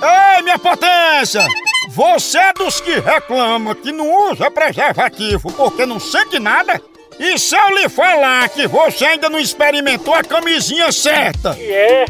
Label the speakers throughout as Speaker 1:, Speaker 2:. Speaker 1: Dona Potência! Você é dos que reclama que não usa preservativo porque não sente nada? E se eu lhe falar que você ainda não experimentou a camisinha certa?
Speaker 2: E é?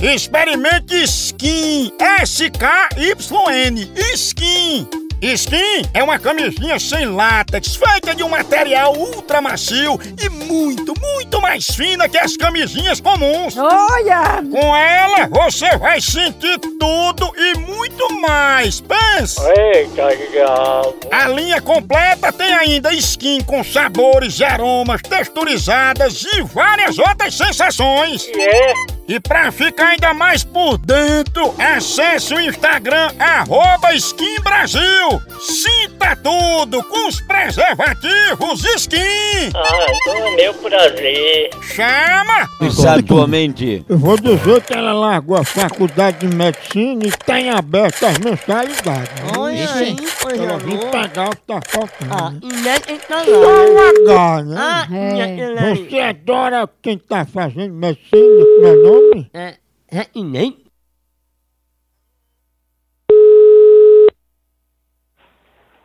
Speaker 1: É, experimente Skin. S-K-Y-N. Skin. Skin é uma camisinha sem látex, feita de um material ultra macio e muito, muito mais fina que as camisinhas comuns.
Speaker 3: Olha!
Speaker 1: Com ela, você vai sentir tudo e muito mais. Pensa!
Speaker 2: Eita, diabo.
Speaker 1: A linha completa tem ainda skin com sabores e aromas texturizadas e várias outras sensações.
Speaker 2: E é?
Speaker 1: E pra ficar ainda mais por dentro, acesse o Instagram arroba Skin Brasil. Sinta tudo com os preservativos Skin.
Speaker 2: Ah, então é meu prazer.
Speaker 1: Chama!
Speaker 4: Exatamente.
Speaker 5: Eu vou dizer que ela largou a faculdade de medicina e está em aberto as mensalidades.
Speaker 6: Olha aí, coisa
Speaker 5: Ela vim
Speaker 6: boa.
Speaker 5: pagar o que tá faltando.
Speaker 6: Ó, inha,
Speaker 5: Então, H, né?
Speaker 6: Ah, inha,
Speaker 5: Você adora quem tá fazendo medicina, como é o nome?
Speaker 6: É, é, inha.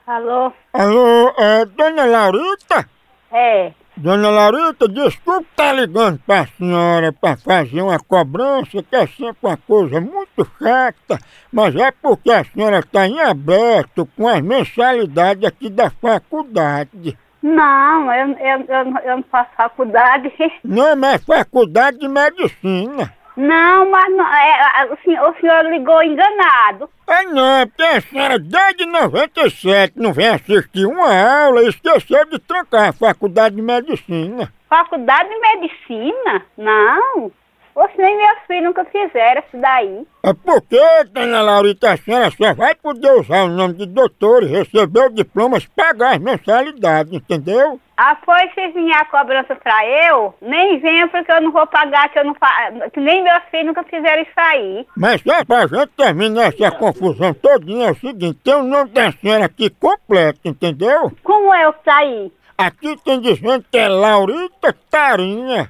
Speaker 7: Alô?
Speaker 5: Alô, é, dona Laurita?
Speaker 7: É,
Speaker 5: Dona Laurita, desculpa tá ligando pra senhora pra fazer uma cobrança, que é sempre uma coisa muito chata, mas é porque a senhora tá em aberto com as mensalidades aqui da faculdade.
Speaker 7: não, eu, eu, eu, não- eu não faço faculdade.
Speaker 5: Não, mas é faculdade de medicina.
Speaker 7: Não, mas não, é, a- o, senhor, o senhor ligou enganado.
Speaker 5: Ah não, porque a senhora desde 97 não vem assistir uma aula e esqueceu de trancar a faculdade de medicina.
Speaker 7: Faculdade de medicina? Não. Você nem meus filhos nunca fizeram isso daí.
Speaker 5: É porque, dona Laurita, a senhora só vai poder usar o nome de doutor e receber o diploma se pagar as mensalidades, entendeu?
Speaker 7: Ah, pois se vier a cobrança pra eu, nem venha porque eu não vou pagar, que eu não fa... que nem meus filhos nunca fizeram isso aí.
Speaker 5: Mas só pra gente terminar essa confusão todinha é o seguinte, tem o nome da senhora aqui completo, entendeu?
Speaker 7: Como é o que tá aí?
Speaker 5: Aqui tem dizendo que é Laurita Tarinha.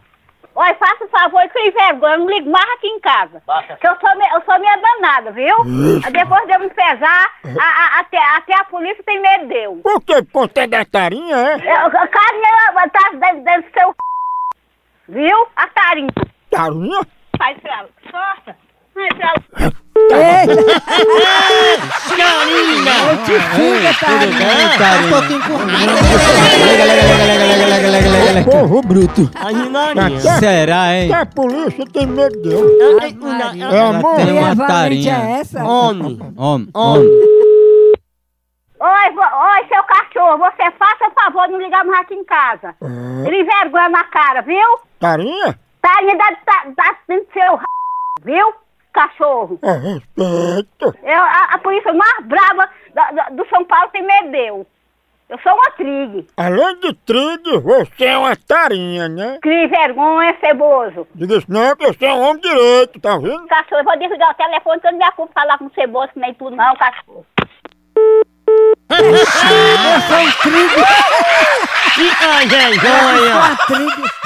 Speaker 7: Olha, faça o favor e sem vergonha, não ligo mais aqui em casa. Que eu sou, me- eu sou minha danada, viu? Depois de eu me pesar, a- a- até, até a polícia tem medo de eu.
Speaker 5: Por que por conta da Tarinha, é?
Speaker 7: Eu- eu- Carinha tá dentro, dentro do seu c... Viu? A carinha.
Speaker 5: Tarinha?
Speaker 7: Vai pra lá. Corta. Vai pra lá.
Speaker 4: Carina!
Speaker 3: Te fuga, Tarinha!
Speaker 6: Um pouquinho currada.
Speaker 5: Povo bruto.
Speaker 6: A rinarinha.
Speaker 4: Será, hein?
Speaker 5: A polícia tem medo dele.
Speaker 6: Eu tenho uma- eu-
Speaker 5: É amor?
Speaker 4: tem uma
Speaker 3: Provavelmente é
Speaker 4: tarinha.
Speaker 3: essa.
Speaker 6: Homem.
Speaker 4: Homem,
Speaker 6: Homem.
Speaker 4: homem.
Speaker 7: Oi, vo- oi, seu cachorro, você faça o favor de não ligar mais aqui em casa. Ele vergonha na cara, viu?
Speaker 5: É,
Speaker 7: Tá,
Speaker 5: Tarinha?
Speaker 7: Carinha da, da, da, dentro do seu r... Viu? Cachorro.
Speaker 5: É respeito.
Speaker 7: Eu, É a, a polícia mais brava da- da- do São Paulo tem medo de eu. Eu sou uma trigue.
Speaker 5: Além de trigo, você é uma tarinha, né?
Speaker 7: Crie vergonha, ceboso.
Speaker 5: Diga isso não, que você é um homem direito, tá vendo?
Speaker 7: Cachorro, eu vou desligar o telefone que eu não me acudo falar com ceboso nem tudo não, cachorro.
Speaker 6: E a vergonha.
Speaker 3: Patrick.